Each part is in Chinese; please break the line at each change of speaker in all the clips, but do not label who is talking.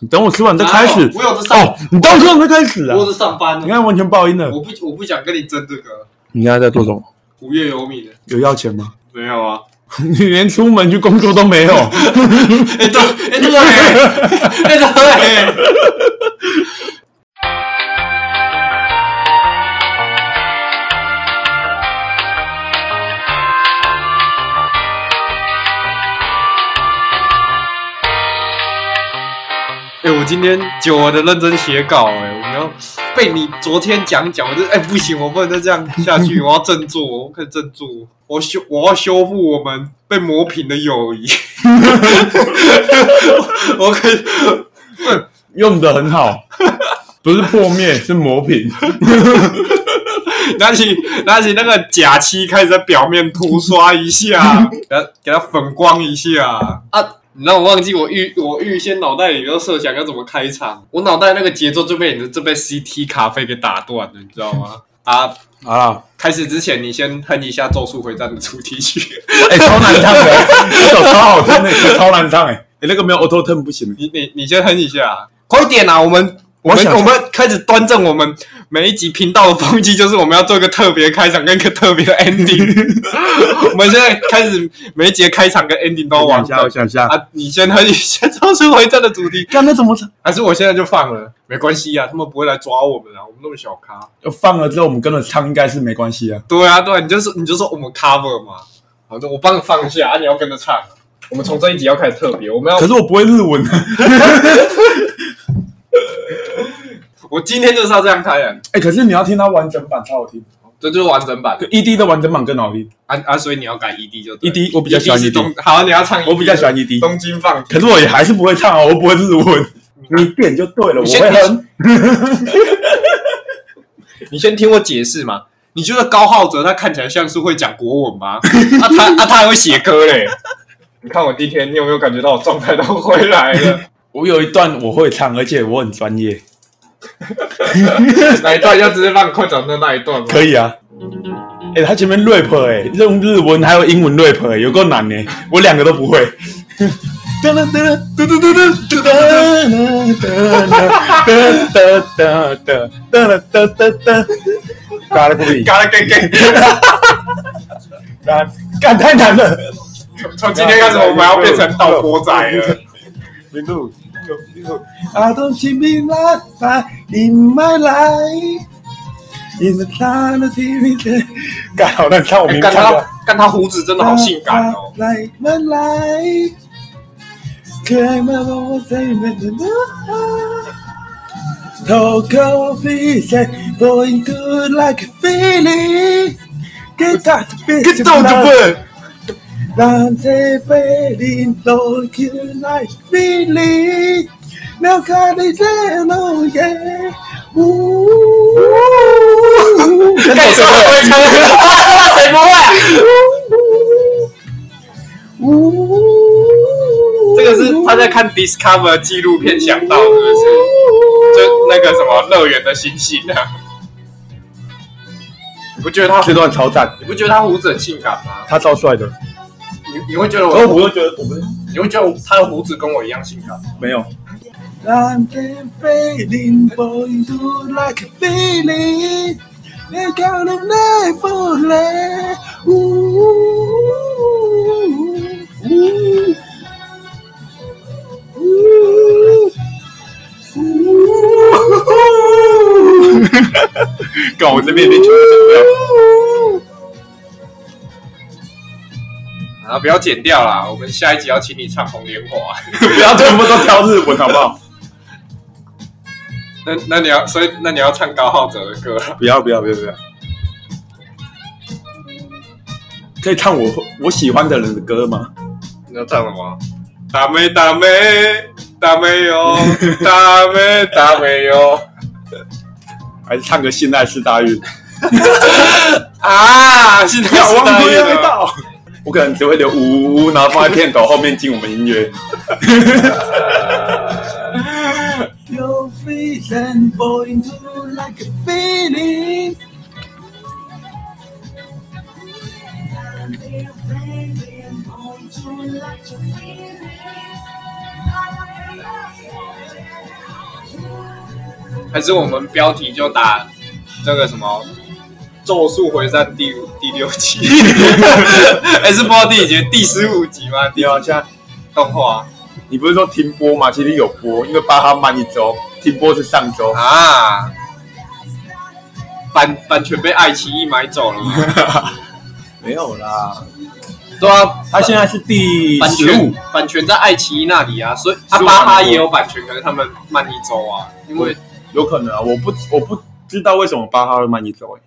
你等我吃完再开始
哪有。我有的上，
哦，你等我吃完再开始啊
我！有的上班
你
呢。
看完全爆音了。
我不，我不想跟你争这个
你现在在做什么？
无业游民的。
有要钱吗？
没有啊，
你连出门去工作都没有，
哎对，哎对，哎对，哎、我今天九我的认真写稿、哎，我们要被你昨天讲讲，我就哎、不行，我不能再这样下去，我要振作，我可以振作，我修我要修复我们被磨平的友谊，我可以，
用的很好，不是破灭， 是磨平。
拿起拿 起那个假漆，开始在表面涂刷一 下，给它给它粉光一下啊！你让我忘记我预我预先脑袋里面设想要怎么开场，我脑袋那个节奏就被你的这杯 CT 咖啡给打断了，你知道吗？啊！
好啦，
开始之前，你先哼一下《咒术回战》的主题曲。
哎、超难唱的，这首超好听的， 超难唱哎、哎、那个没有 auto turn 不行。
你你你先哼一下，快点啊！我们我们
想
我们开始端正我们每一集频道的风气， 就是我们要做一个特别开场跟一个特别的 ending。我们现在开始每一节开场跟 ending 都
我想
往
一下，我想一下。
啊！你先哼一下 《咒术回战》的主题，
干、那怎么唱？
还是我现在就放了？没关系啊，他们不会来抓我们啊，我们那么小咖。
放了之后我们跟着唱应该是没关系啊。
对啊，对啊，你就是你就说我们 cover 嘛，好的，我帮你放一下，啊、你要跟着唱。我们从这一集要开始特别，我们要
可是我不会日文啊。
我今天就是要这样开的，
哎、可是你要听它完整版超好听，
这就是完整版
可。ED 的完整版更好听。
啊啊，所以你要改 ED 就对
ED 我比较喜欢
ED 是
ED
东，好，你要唱 ED，
我比较喜欢 ED
东京放
可是我也还是不会唱哦，我不会日文。 你点就对了，我
你先
会哼。
你先听我解释嘛。你觉得高浩哲他看起来像是会讲国文 吗？啊他啊他还会写歌嘞。你看我今天，你有没有感觉到我状态都回来了？
我有一段我会唱，而且我很专业，
哪一段要直接放快转的那一段吗？
可以啊。哎、他前面 rap 哎、用日文还有英文 rap 哎、有够难哎、我两个都不会。哒啦哒啦哒哒哒哒 哒哒哒哒哒哒啦哒哒哒，嘎啦不比，
嘎啦给给，
嘎干太难了。
从今天开始我们要变成导播仔了。
You know, you know, I don't see me like that in my life. In the time of TV，干好难看，我
哎
明
干
唱
他
的。
干他胡子真的好性感 哦。
Like my life, came out of what they meant to do. Talk of it, going good like a feeling. Get out the bed,
Get down the bed。
让这杯里都起来比你，那咖喱在浓烟。呜，
干什么会 唱？谁不会？
呜
这个是
啊
他在看 Discover 纪录片想到，是不是？就那个什么乐园的星星啊？你不觉得他
这段超赞，
你不觉得他胡子很性感吗？
他超帅的。
你你会觉得
然后
我
我又觉得我们
你会觉得他的胡子跟我一样性感？
没有。
I'm been fading, boy, you like a feeling. They got a knife for life. Ooh, ooh, ooh, ooh,
搞我这边边全部
ooh.
啊，不要剪掉啦！我们下一集要请你唱《红莲华》。
不要 全部都挑日文好不好？
那那你要，所以那你要唱高浩哲的歌啦。
不要不要不要不要，可以唱我我喜欢的人的歌吗？
你要唱什么？大妹大妹大妹 哟，大妹大妹哦哟
还是唱个《现代式大 运》？
啊！现在
要
时代了。
到。我可能只会留呜呜呜，然后放在片头后面进我们音乐。
Your face and boy, you like a feeling.
Thank you.
还是我们标题就打这个什么《咒术回战》第五第六集， 还是播第几集？第十五集吗？第
有
二
现在
动画
你不是说停播吗？其实有播，因为巴哈慢一周，停播是上周。
啊，版版权被爱奇艺买走了 吗？
没有啦，
对啊，
他现在是第
版
十五
权，版权在爱奇艺那里啊，所以阿
15
巴哈也有版权，可是他们慢一周啊，因为
有可能啊，我不我不知道为什么巴哈会慢一周、欸，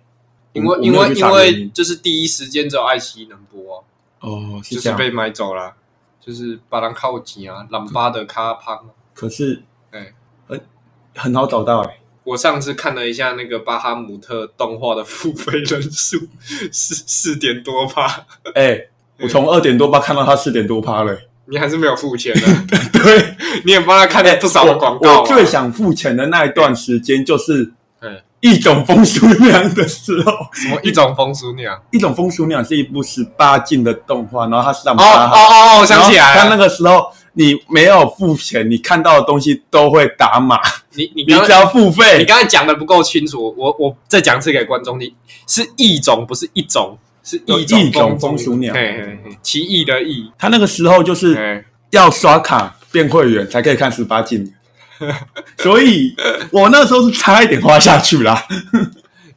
因为
我
因
我没
为
有去
因
查原
为
因
就是第一时间只有爱奇艺能播、啊，
哦是
就
这
是
样，
被买走了，啊就是把人靠紧啊，朗巴的卡胖。啊
可是
哎，
很很好找到哎、
我上次看了一下那个巴哈姆特动画的付费人数是四点多吧，
哎、
嗯
我从二点多八看到他四点多趴 了、欸
你还是没有付钱的，
对，
你也帮他看了不少的广告、啊
哎我。我最想付钱的那一段时间，就是
嗯
一种风俗娘的时候。
什么一种风俗鸟？
一种风俗娘是一部十八禁的动画，然后它是让
哦哦哦哦，我
我
想起来
啊他那
了，
个时候你没有付钱，你看到的东西都会打码，
你你
你
刚
只要付
你
费。
刚才讲的不够清楚，我我再讲一次给观众听，是异种，不是一种，是异
有异种
风
风俗鸟
嘿嘿嘿，奇异的异，
他那个时候就是
嘿
要刷卡变会员才可以看十八禁的，所以我那时候是差一点花下去啦。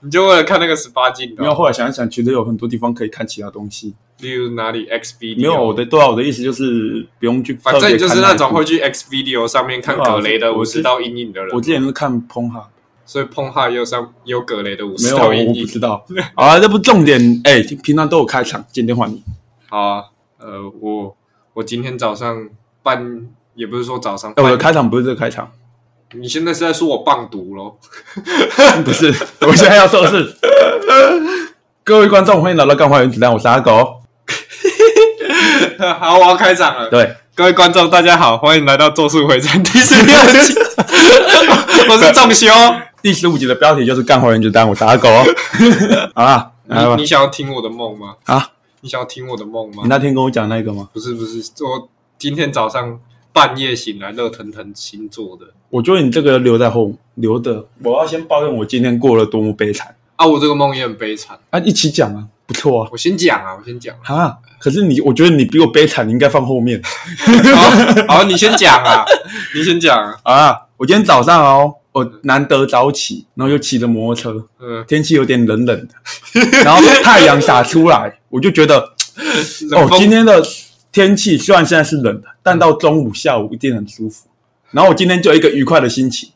你就为了看那个十八禁的
然后
哦，
后来想一想，觉得有很多地方可以看其他东西。
例如哪里 X B
没有我的，对啊，我的意思就是不用去特
反
别看一部。
正就是那种会去 X Video 上面看葛雷的
我
五
我
十道阴影的
我
人，
之前是看碰哈，
所以碰哈也有上也有葛雷的五
没
十
有，啊
道阴
我不
影。
知道。好啊，这不重点。哎、平常都有开场，今天换你。
好啊，呃，我我今天早上半也不是说早上
哎、我的
半，
开场不是这个开场，
你现在是在说我棒读喽？
不是，我现在要说的是， 各位观众，欢迎来到《干花原子弹》，我是阿狗。
好，我要开场了。
对，
各位观众，大家好，欢迎来到《咒术回战》第十六 集。我是仲修，
第十五集的标题就是《干花原子弹》，我是阿狗。 好啦，来吧
你你。想要听我的梦吗？
啊，
你想要听我的梦吗
你？那天跟我讲那个吗？
不是不是，我今天早上半夜醒来，热腾腾新做的
我觉得你这个留在后留的，我要先抱怨我今天过了多么悲惨
啊！我这个梦也很悲惨。
啊！一起讲啊，不错啊。。
我先讲啊，我先讲
啊，可是你，我觉得你比我悲惨，你应该放后 面。
好，好，你先讲啊，你先讲啊。
啊，我今天早上哦，我难得早起，然后又骑着摩托车，
嗯，
天气有点冷冷 的，然后太阳洒出来，我就觉得
冷
哦，
风
今天的天气虽然现在是冷的，但到中午下午一定很舒服。然后我今天就有一个愉快的心情，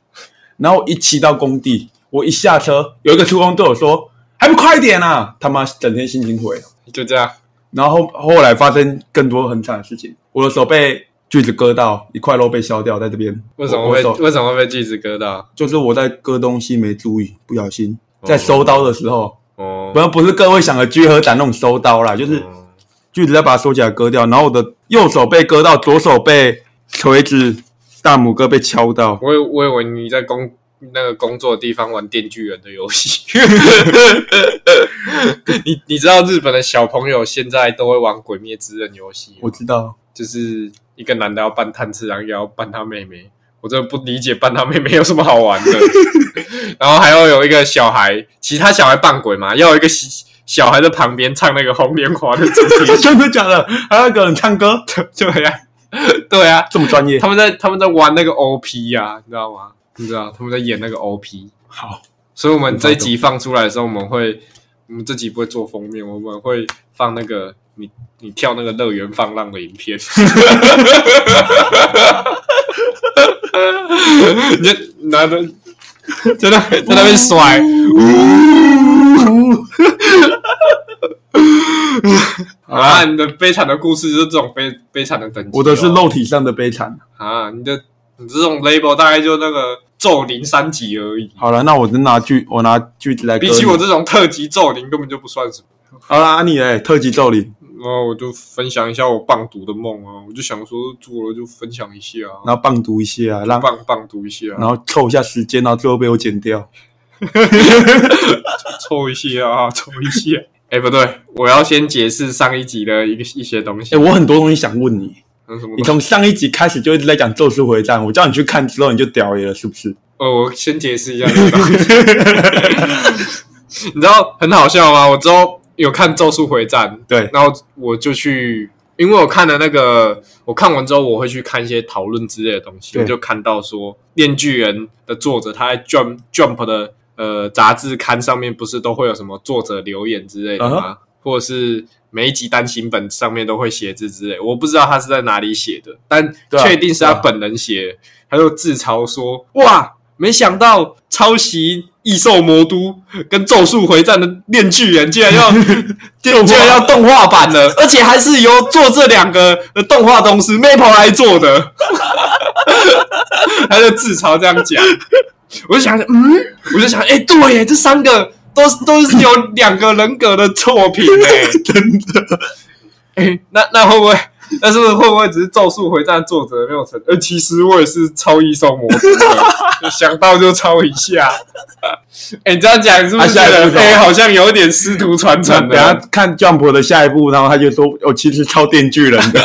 然后我一骑到工地，我一下车，有一个出工对我说：“还不快点啊！”他妈整天心情毁了。
就这样。
然后后来发生更多很惨的事情，我的手被锯子割到，一块肉被削掉，在这边。
为什么
我
会
手
为什么会被锯子割到？
就是我在割东西没注意，不小心
哦
在收刀的时候，
哦
不，要不是各位想的居合斩那种收刀啦，就是
嗯
锯子再把它收起来割掉，然后我的右手被割到，左手被锤子大拇哥被敲到，
我以我以为你在工那个工作的地方玩电锯人的 游戏。你你知道日本的小朋友现在都会玩《鬼灭之刃》游戏吗，
我知道，
就是一个男的要扮炭治郎，也要扮他妹妹。我真的不理解扮他妹妹有什么好玩的。 然后还要有一个小孩，其他小孩扮鬼嘛，要有一个小小孩在旁边唱那个《红莲华》的主题曲，
真的假的？还有一个人唱歌
对呀、对呀、
这么专 业，
他们在他们在玩那个 OP 呀、你知道吗？你知道他们在演那个 OP。
好，
所以我们这一集放出来的时候，我们会，我们这集不会做封面，我们会放那个你你跳那个乐园放浪的影片。 你就拿着在那在那边甩， 好啦，你的悲惨的故事就是这种悲悲惨的等级哦、
我的是肉体上的悲惨。
啊，你的你这种 label 大概就那个咒零三级而已，
好了，那我就拿锯，我拿锯子来割
比
你。
起我这种特级咒零根本就不算什么。
好啦，啊你哎，特级咒灵，
然后我就分享一下我棒读的梦啊，我就想说做了就分享一下啊，
然后棒读一下，让
棒棒读一下啊，
然后凑一下时间，然后最后被我剪掉。
抽一下啊，抽一下。 哎，不对，我要先解释上一集的一个一些东西。
哎、我很多东西想问你，
那什么
你？从上一集开始就一直在讲《咒术回战》，我叫你去看之后你就屌爷了，是不是？
呃，我先解释一下这个东西。 你知道很好笑吗？我之后有看《咒术回战》，
对，
然后我就去，因为我看了那个，我看完之后我会去看一些讨论之类的东西，
对
我就看到说《链锯人》的作者他在 Jump Jump 的呃杂志刊上面不是都会有什么作者留言之类的吗
嗯
或者是每一集单行本上面都会写字之类，我不知道他是在哪里写的，但
对啊
确定是他
对啊
本人写的。他就自嘲说：“哇，没想到抄袭《异兽魔都》跟《咒术回战》的《链锯人》竟然要竟竟然要动画 版了，而且还是由做这两个的动画公司 Maple 来做的。” 他就自嘲这样讲，我就想，嗯，我就想，哎、对耶，这三个都是都是有两个人格的作品 哎，
真的，
欸那那会不会？那是不是会不会只是《咒术回战》作者没有成？呃，其实我也是超异兽魔族 的，想到就抄一下。 哎、你这样讲是不
啊
是觉
下一
得
步是什么
哎、好像有点师徒传
那
承
等下
的？
看 Jump 的下一步，然后他就说：“哦，其实超电锯人 的。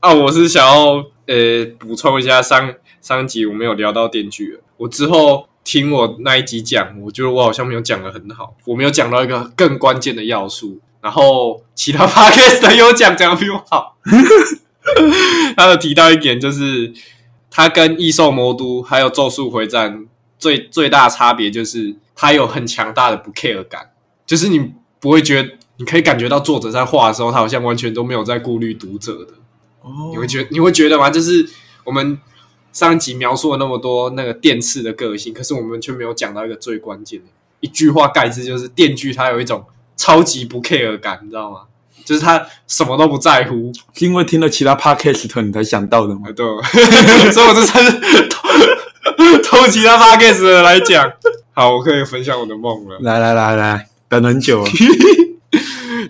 啊，我是想要呃补充一下上上集我没有聊到电锯人，我之后听我那一集讲，我觉得我好像没有讲的很好，我没有讲到一个更关键的要素，然后其他 podcast 的有讲讲的比我好。 他有提到一点，就是他跟《异兽魔都》还有《咒术回战》最最大的差别就是，他有很强大的不 care 感，就是你不会觉得，你可以感觉到作者在画的时候，他好像完全都没有在顾虑读者的。”
哦
你会觉你会觉得吗？就是我们上一集描述了那么多那个电刺的个性，可是我们却没有讲到一个最关键的一句话概之，就是电锯它有一种超级不 care 感，你知道吗？就是他什么都不在乎，
是因为听了其他 podcast 你才想到的吗
呃？对， 所以我这才是偷偷其他 p o d c a s 的来讲。好，我可以分享我的梦了。
来来来来，等很久 了。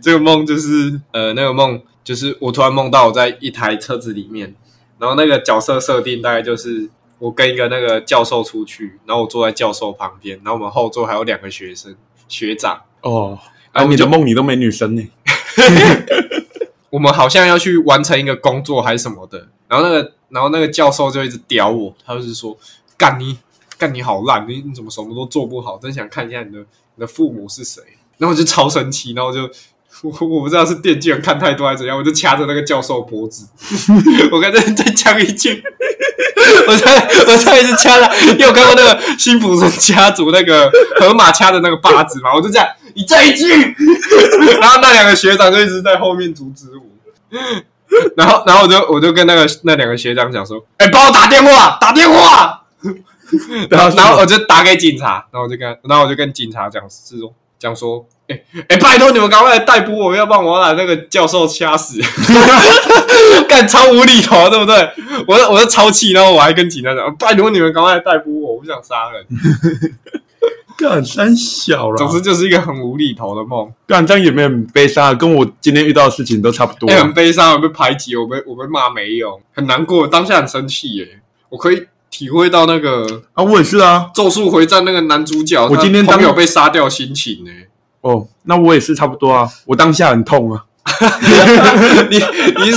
这个梦就是呃，那个梦就是我突然梦到我在一台车子里面，然后那个角色设定大概就是我跟一个那个教授出去，然后我坐在教授旁边，然后我们后座还有两个学生学长，
哦，
啊
啊，
我
你的
就
梦里都没女生 呢。
我们好像要去完成一个工作还是什么的，然后那个然后那个教授就一直屌我，他就是说干你干你好烂，你你怎么什么都做不好，真想看一下你的你的父母是谁，然后我就超生气，然后我就。 我我不知道是电锯人看太多还是怎样，我就掐着那个教授脖子， 我刚才再讲一句， 我在我在一直掐了，你有看过那个辛普森家族那个河马掐的那个八字吗？我就这样，你再一句， 然后那两个学长就一直在后面阻止我，然后然后我 就我就跟那个那两个学长讲说，哎、帮我打电话，打电话。然后然后我就打给警察，然后我就跟他然后我就跟警察讲是说讲说，哎、哎、拜托你们赶快来逮捕我，要不然我要把那个教授掐死。 干超无厘头，啊对不对？我就我就超气，然后我还跟警察讲，拜托你们赶快来逮捕我，我不想杀人。
干三小了，
总之就是一个很无厘头的梦，
干这样也没有很悲伤啊，跟我今天遇到的事情都差不多
哎、
啊。
很悲伤，我被排挤，我被我被骂没用，很难过，当下很生气耶。我可以体会到那个《
啊，我也是啊。
咒术回战》那个男主角，
我今天
他
当
朋友被杀掉的心情呢。
哦，那我也是差不多啊。我当下很痛啊，
你你是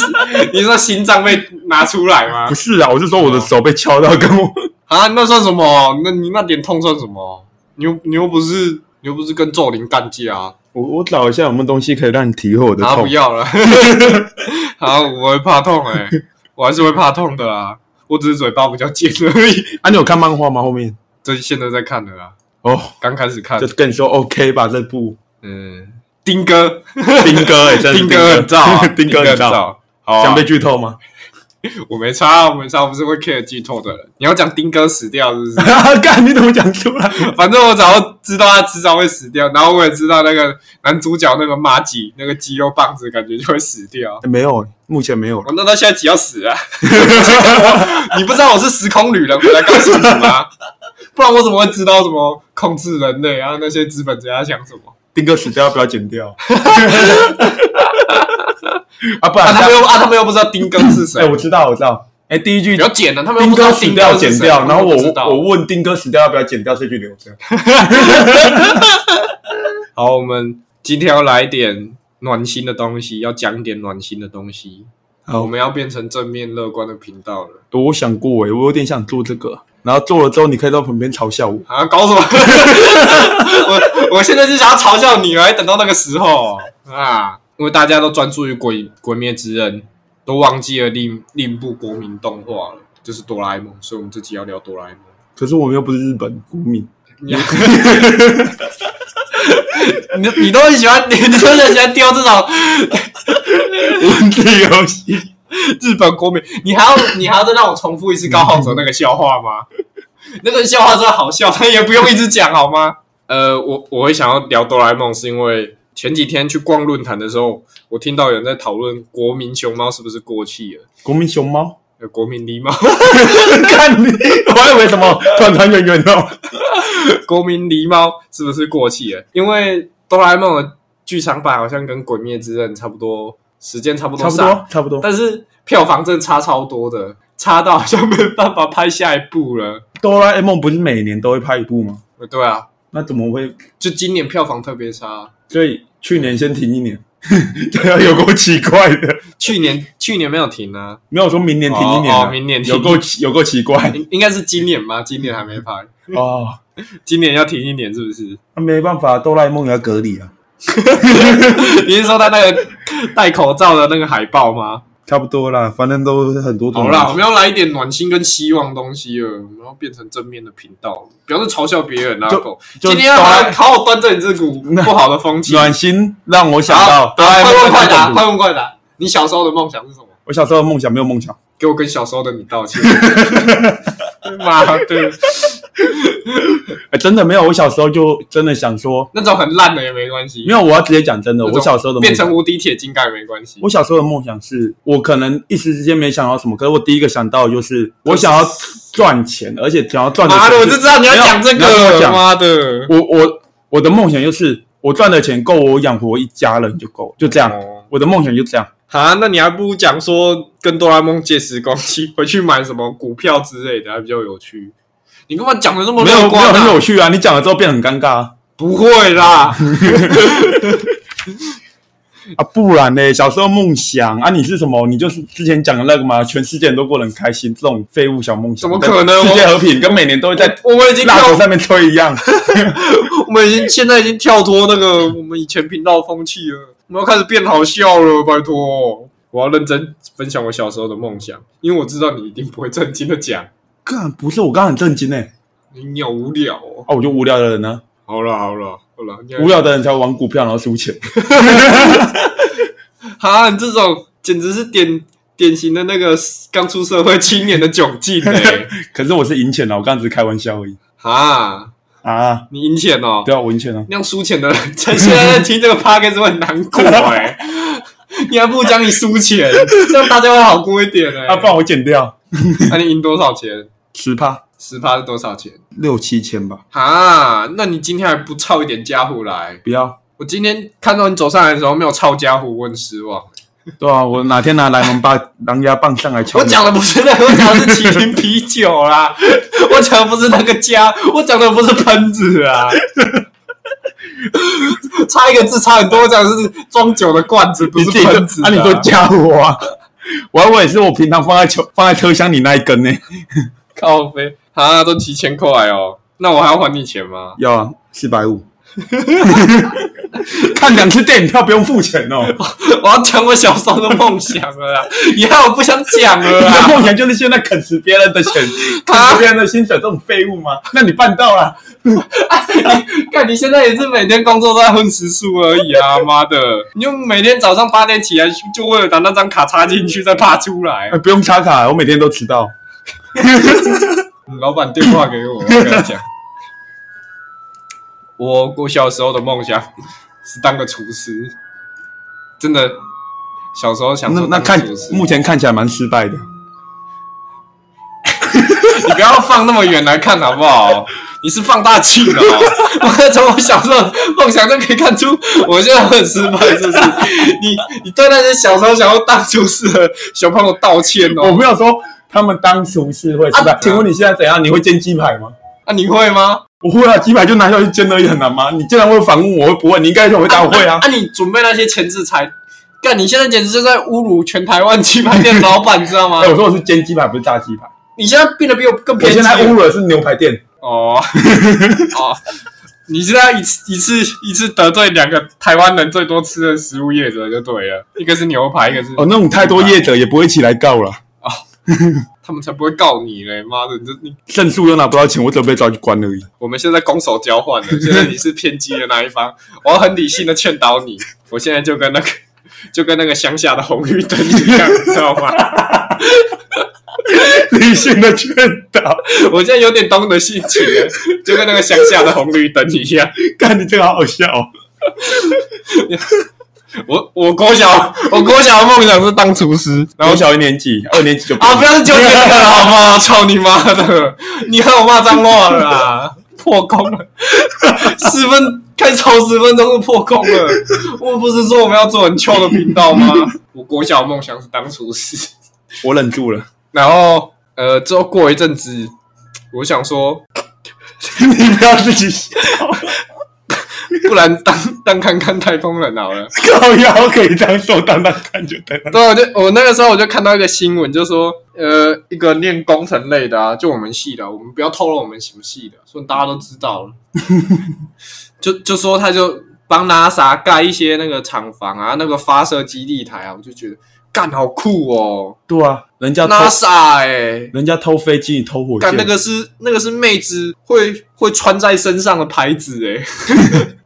你说心脏被拿出来吗
不？是啊，我是说我的手被敲到，跟我
啊，那算什么？那你那点痛算什么？你又你又不是你又不是跟咒灵干架、啊。
我我找一下有没有东西可以让你体会我的
啊，
痛
不。要了。 好，我会怕痛哎、我还是会怕痛的啦。我只是嘴巴比较尖而已。
啊，你有看漫画吗？后面
这现在在看的啦，
哦，
刚开始看
就。跟你说 OK 吧，这部
嗯，丁哥，
丁哥哎，真的
丁哥很燥啊，
丁哥
很
很燥，。
好啊
想被，剧透吗？
我没差啊，我没差，我不是会 care 剧透的人。你要讲丁哥死掉是不是？
干，你怎么讲出来？
反正我早就知道他迟早会死掉，然后我也知道那个男主角那个马吉那个肌肉棒子感觉就会死掉。哦
没有欸，目前没有了。
我那到现在几要死啊？ 你不知道我是时空旅人，我来告诉你吗？不然我怎么会知道什么控制人类啊？那些资本家想什么？
丁哥死掉要不要剪掉？ 啊，不
啊，
然
他们又啊，他们又不知道丁哥是谁
哎，，我知道，我知道。哎，第一句
不要剪了，他们又
丁
不知
哥
道
死
丁
掉
哥
剪
是谁
掉，然后我
他们不知道
我问丁哥死掉要不要剪掉这句留着。
好，我们今天要来一点暖心的东西，要讲一点暖心的东西。我们要变成正面乐观的频道了
我想过欸诶、我有点想做这个，然后做了之后，你可以到旁边嘲笑我。
啊！搞什 么？我我现在是想要嘲笑你，我还等到那个时候啊！因为大家都专注于鬼《鬼灭之刃》，都忘记了另另一部国民动画了，就是《哆啦 A 梦》，所以我们这集要聊《哆啦 A 梦》。
可是我们又不是日本国民，
你你你都很喜欢，你 你都很喜欢丢这种
文字游戏。
日本国民，你还要 你还要再让我重复一次高浩哲那个笑话 吗？那个笑话真的好笑，但也不用一直讲好吗？呃，我我会想要聊哆啦 A 梦，是因为前几天去逛论坛的时候，我听到有人在讨论国民熊猫是不是过气了，
国民熊猫，
呃国民狸猫，
看你，我还以为什么团团圆 圆哦。
国民狸猫是不是过气了？因为哆啦 A 梦的剧场版好像跟《鬼灭之刃》差不多，时间差不
差
多
不
上，
多，差不多。
但是票房真的差超多的，差到好像没办法拍下一部了。
哆啦 A 梦不是每年都会拍一部吗？
呃对啊，
那怎么会？
就今年票房特别差。
所以去年先停一年， 对啊，有够奇怪的。
去年去年没有停啊，
没有说明年停一年、啊
哦哦明年停
有够奇有够奇怪
应应该是今年吧？今年还没拍，
哦。
今年要停一年是不是？
那没办法，哆啦 A 梦也要隔离啊，
你是说他那个戴口罩的那个海报吗？嗯
差不多啦，反正都是很多种。
好啦，我们要来一点暖心跟希望的东西了，我们要变成正面的频道，不要是嘲笑别人啦、啊。
就
狗
就
今天要来好好端正你这股不好的风气。
暖心让我想
好
到，哆啦 A
快问
梦
快答，
的
快问快答。你小时候的梦想是什么？
我小时候的梦想没有梦想，
给我跟小时候的你道 歉。妈的，
哎，真的没有。我小时候就真的想说，
那种很烂的也没关系
没。有，我要直接讲真的，
那种
我小时候的梦
变
想
成，无敌铁金刚也没关系。
我小时候的梦想是我可能一时之间没想到什么，可是我第一个想到的就是我想要赚钱，而且想要赚的
妈
钱是。
的，我就知道你要讲这
没有你要听我
个，
讲
妈的。
我我我的梦想就是我赚的钱够我养活一家人就够，就这样。
哦
我的梦想就这样。
啊，那你还不如讲说跟哆啦 A 梦借时光机，回去买什么股票之类的，还比较有趣。你干嘛讲的那么
没有
乐
没
观、
有
啊？
很有趣啊！你讲了之后变得很尴尬啊
不会 啦，
啊不然呢？小时候梦想啊，你是什么？你就是之前讲的那个嘛，全世界人都过得很开心，这种废物小梦想，
怎么可能
世界和平跟每年都会在
我 们已经
蜡
跳
烛，上面吹一样。
我们已经现在已经跳脱那个我们以前频道风气了，我们要开始变好笑了，拜托！我要认真分享我小时候的梦想，因为我知道你一定不会震惊的讲，
干不是，我刚刚很震惊哎、欸！
你鸟无聊哦。
啊，我就无聊的人呢、
好了好了好了，你还
无聊的人才玩股票然后输钱。
哈，你这种简直是典典型的那个刚出社会青年的窘境哎、
可是我是赢钱了，我刚刚只是开玩笑而已
哈，
啊！
你赢钱哦，
对啊，我赢钱了。
那样输钱的人，趁现在在听这个 podcast 会很难过哎、你还不如讲你输钱，这样大家会好过一点哎、
啊，不然我剪掉
那、你赢多少钱？
十趴
十趴是多少钱？
六七千吧，
哈，那你今天还不操一点家伙来？
不要。
我今天看到你走上来的时候没有操家伙，我很失望。
对啊，我哪天拿莱蒙棒、 狼牙棒上来敲
我
你？
讲的不是那个，我讲的是麒麟啤酒 啦，我讲的不是那个家，我讲的不是喷子啊， 差一个字差很多，我讲的是装酒的罐子，不
你
是
自己
喷子
就啊，你都加我啊！ 我还以为是我平常放在车放在车厢里那一根呢。
靠飞啊，都几千块哦，那我还要还你钱吗？
要啊，四百五。 看两次电影票不用付钱 哦，
我要讲我小时候的梦想了啦， 你害我不想讲
你
了
的
啦。
梦想就是现在啃食别人的钱，啃食别人的薪水，这种废物吗？那你办到了，
看你现在也是每天工作都在混时数而已啊，妈的，你就每天早上八点起来，就为了把那张卡插进去再爬出来
呃。不用插卡，我每天都迟 到。
老板电话给我，我跟他讲， 我我小时候的梦想是当个厨师，真的，小时候想
那
说
那
当个
看
厨师
目前看起来蛮失败的，
你不要放那么远来看好不好？你是放大镜的哦！我从我小时候梦想就可以看出，我现在很失败，是不是？你你对那些小时候想要当厨师的小朋友道歉
我
哦。
没有说他们当厨师会失败
啊。
请问你现在怎样？你会煎鸡排吗？
啊，你会吗？
我会啊，鸡排就拿 下去煎而已，很难吗？你竟然会反问我会不会？你应该说我回答我会啊。
啊，你准备那些前置材干，你现在简直就在侮辱全台湾鸡排店老板，你知道吗
哎，？我说我是煎鸡排，不是炸鸡 排。
你现在变得比我更
我
偏
现在侮
激
辱的是牛排店，
哦 哦，你现在一次一次一次得罪两个台湾人最多吃的食物业者就对了，一个是牛排，一个是
哦，那种太多业者也不会起来告了，
他们才不会告你嘞！妈的，你这你
胜诉又拿不到钱，我只会被抓去关而已。
我们现在攻守交换了，现在你是偏激的那一方， 我要很理性的劝导你。我现在就跟那个就跟那个乡下的红绿灯一样，你知道吗？
理性的劝导，
我现在有点懂你的性情了，就跟那个乡下的红绿灯一样。
看你这个好好笑哦。
我我国小我国小的梦想是当厨师，然
然
后
后小一年级、二年级就
啊，不要再纠结这个了好吗？操你妈的！你和我骂脏话了啦，破功了，十分开超十分钟就破功了。我不是说我们要做很臭的频道吗？我国小梦想是当厨师，
我忍住了。
然后呃，之后过一阵子，我想说，
你不要自己笑
不然当当看看太空人好了。
靠腰可以当手当当看就对了。
对，啊我就我那个时候我就看到一个新闻，就说呃，一个念工程类的啊，就我们系的啊，我们不要透露我们什么系的，所以大家都知道了。 就就说他就帮 NASA 盖一些那个厂房啊，那个发射基地台啊，我就觉得干好酷哦
对啊，人家偷
，NASA 哎、
人家偷飞机，你偷火
干
箭，
那个是那个是妹子会会穿在身上的牌子哎、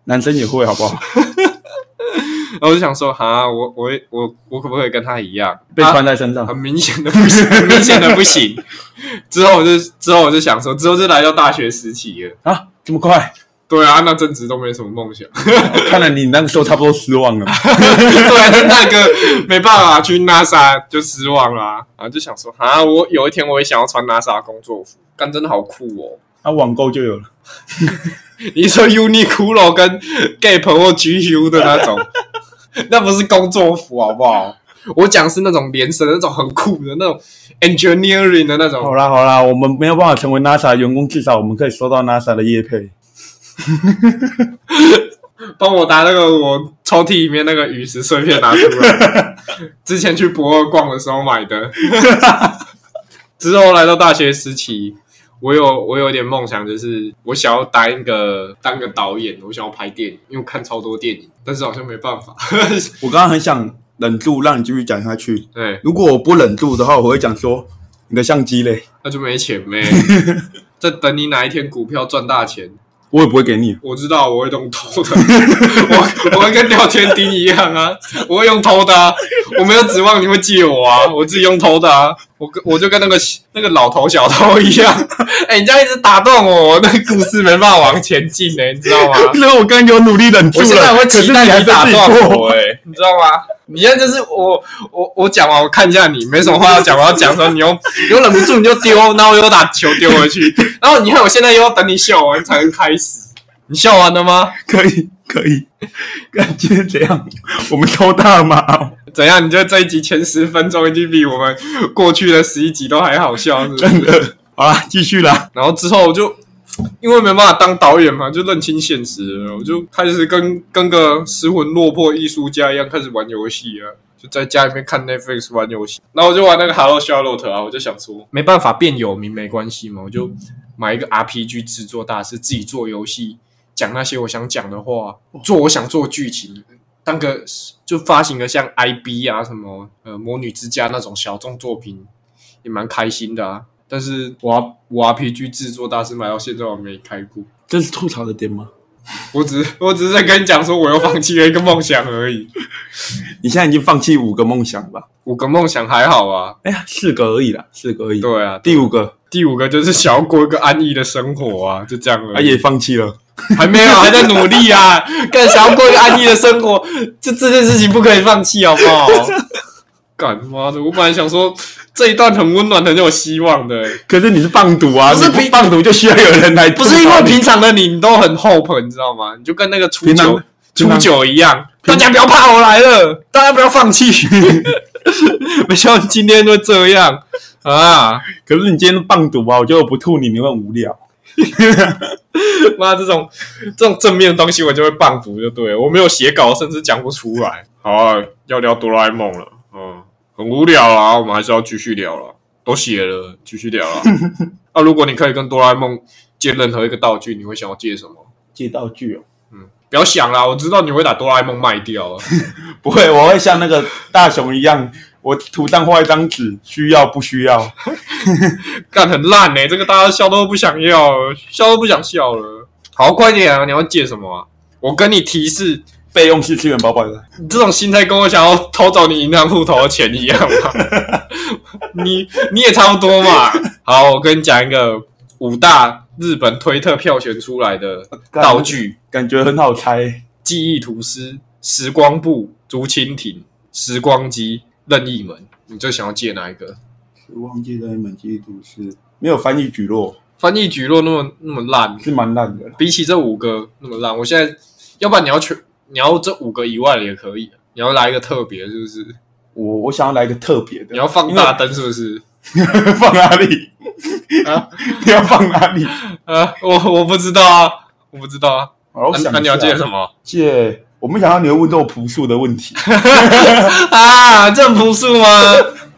男生也会好不好？
然后我就想说哈，我我我我可不可以跟他一样
被
啊
穿在身上，
很明显的不行，很明显的不行。之后我就之后我就想说，之后就来到大学时期了。
啊，这么快？
对啊，那阵子都没什么梦想，
看来你那个时候差不多失望了。
对啊，就那个没办法去 NASA 就失望啦、啊，就想说啊，我有一天我也想要穿 NASA 的工作服，但真的好酷哦。
啊，网购就有了，
你说 Uniqlo 跟 Gap 或 GU 的那种， 那不是工作服好不好？我讲是那种连身的那种很酷的那种 engineering 的那种，
好啦好啦，我们没有办法成为 NASA 的员工，至少我们可以收到 NASA 的业配。
帮我拿那个我抽屉里面那个陨石碎片拿出来，之前去博二逛的时候买的。之后来到大学时期，我有我有点梦想，就是我想要当一个当个导演，我想要拍电影，因为我看超多电影，但是好像没办法。
我刚刚很想忍住，让你继续讲下去。
对，
如果我不忍住的话，我会讲说你的相机嘞，
那就没钱呗。在等你哪一天股票赚大钱，
我也不会给你。
我知道我会用偷的， 我我会跟廖天丁一样啊，我会用偷的、啊，我没有指望你会借我啊，我自己用偷的啊，我跟我就跟那个那个老头小偷一样， 哎、你这样一直打断我，我那个故事没办法往前进呢、你 知道吗？
那我刚刚有努力忍住
我现在
了，
会
啊可
期
是
待
还
你
是
打
自己
断我、
过。
哎，你知道吗？你现在就是我，我我讲完，我看一下你，没什么话要讲，我要讲说你又 你又忍不住你就丢，然后我又把球丢回去，然后你看我现在又要等你笑完才能开始，你笑完了吗？
可以可以，感觉怎样？我们抽大麻哦，
怎样？你觉得这一集前十分钟已经比我们过去的十一集都还好笑，是不
真
是？
的。好啦，继续啦。
然后之后我就因为没办法当导演嘛，就认清现实了，我就开始跟跟个失魂落魄艺术家一样，开始玩游戏啊。就在家里面看 Netflix 玩游戏，然后我就玩那个 Hello Charlotte 啊，我就想说没办法变有名没关系嘛，我就买一个 RPG 制作大师，自己做游戏，讲那些我想讲的话，做我想做的剧情，当个就发行个像 IB 啊什么呃魔女之家那种小众作品，也蛮开心的啊。但是我 R- 我 RPG 制作大师买到现在我没开过，
这是吐槽的点吗？
我只是我只是在跟你讲说我又放弃了一个梦想而已。
你现在已经放弃五个梦想了吧？
五个梦想还好啊，
哎呀，四个而已啦，四个而已。
对啊，第
第五个
第五个就是想要过一个安逸的生活啊，就这样而
啊，
已。
也放弃了。
还没有，还在努力啊， 干想要过一个安逸的生活，这这件事情不可以放弃，好 不好？干妈的，我本来想说这一段很温暖，很有希望的、欸
可是你是棒赌啊，
不是
你
平
棒赌就需要有人来吐
不
槽你，
是因为平常的你你都很 hope，你知道吗？你就跟那个初
平常
九
平
初
常
九一样，大家不要怕，我来了，大家不要放弃。 没想到你今天会这样啊！
可是你今天棒赌啊，我觉得我不吐你，你会很无聊。
妈，这种这种正面的东西我就会棒读，就对了。我没有写稿，甚至讲不出来。好啊，要聊哆啦 A 梦了，嗯，很无聊啦，我们还是要继续聊了，都写了，继续聊 啦。啊，如果你可以跟哆啦 A 梦借任何一个道具，你会想要借什么？
借道具哦。
嗯，不要想啦，我知道你会把哆啦 A 梦卖掉啊。
不会，我会像那个大雄一样，我图上画一张纸，需要不需要？
干很烂欸呢、这个大家笑都不想要，笑都不想笑了。好，快点啊！你要借什么啊？我跟你提示，
备用是资源包包的，
你这种心态跟我想要偷走你银行户头的钱一样嘛？ 你你也差不多嘛。好，我跟你讲一个五大日本推特票选出来的道具：
感觉很好猜。
记忆吐司、时光布、竹蜻蜓、时光机、任意门。你最想要借哪一个？
忘记了一门基督是没有翻译举落，
翻译举落那么那么烂，
是蛮烂的啦。
比起这五个那么烂，我现在要不然你要全，你要这五个以外的也可以，你要来一个特别是不是？
我我想要来一个特别的，
你要放大灯是不是？
因为放哪里？
啊
你要放哪里？
啊，我我不知道啊，我不知道啊。
好，我
那、
想
那你要借
么？
什么
借我没想到你会问这么朴素的问题。
啊？这很朴素吗？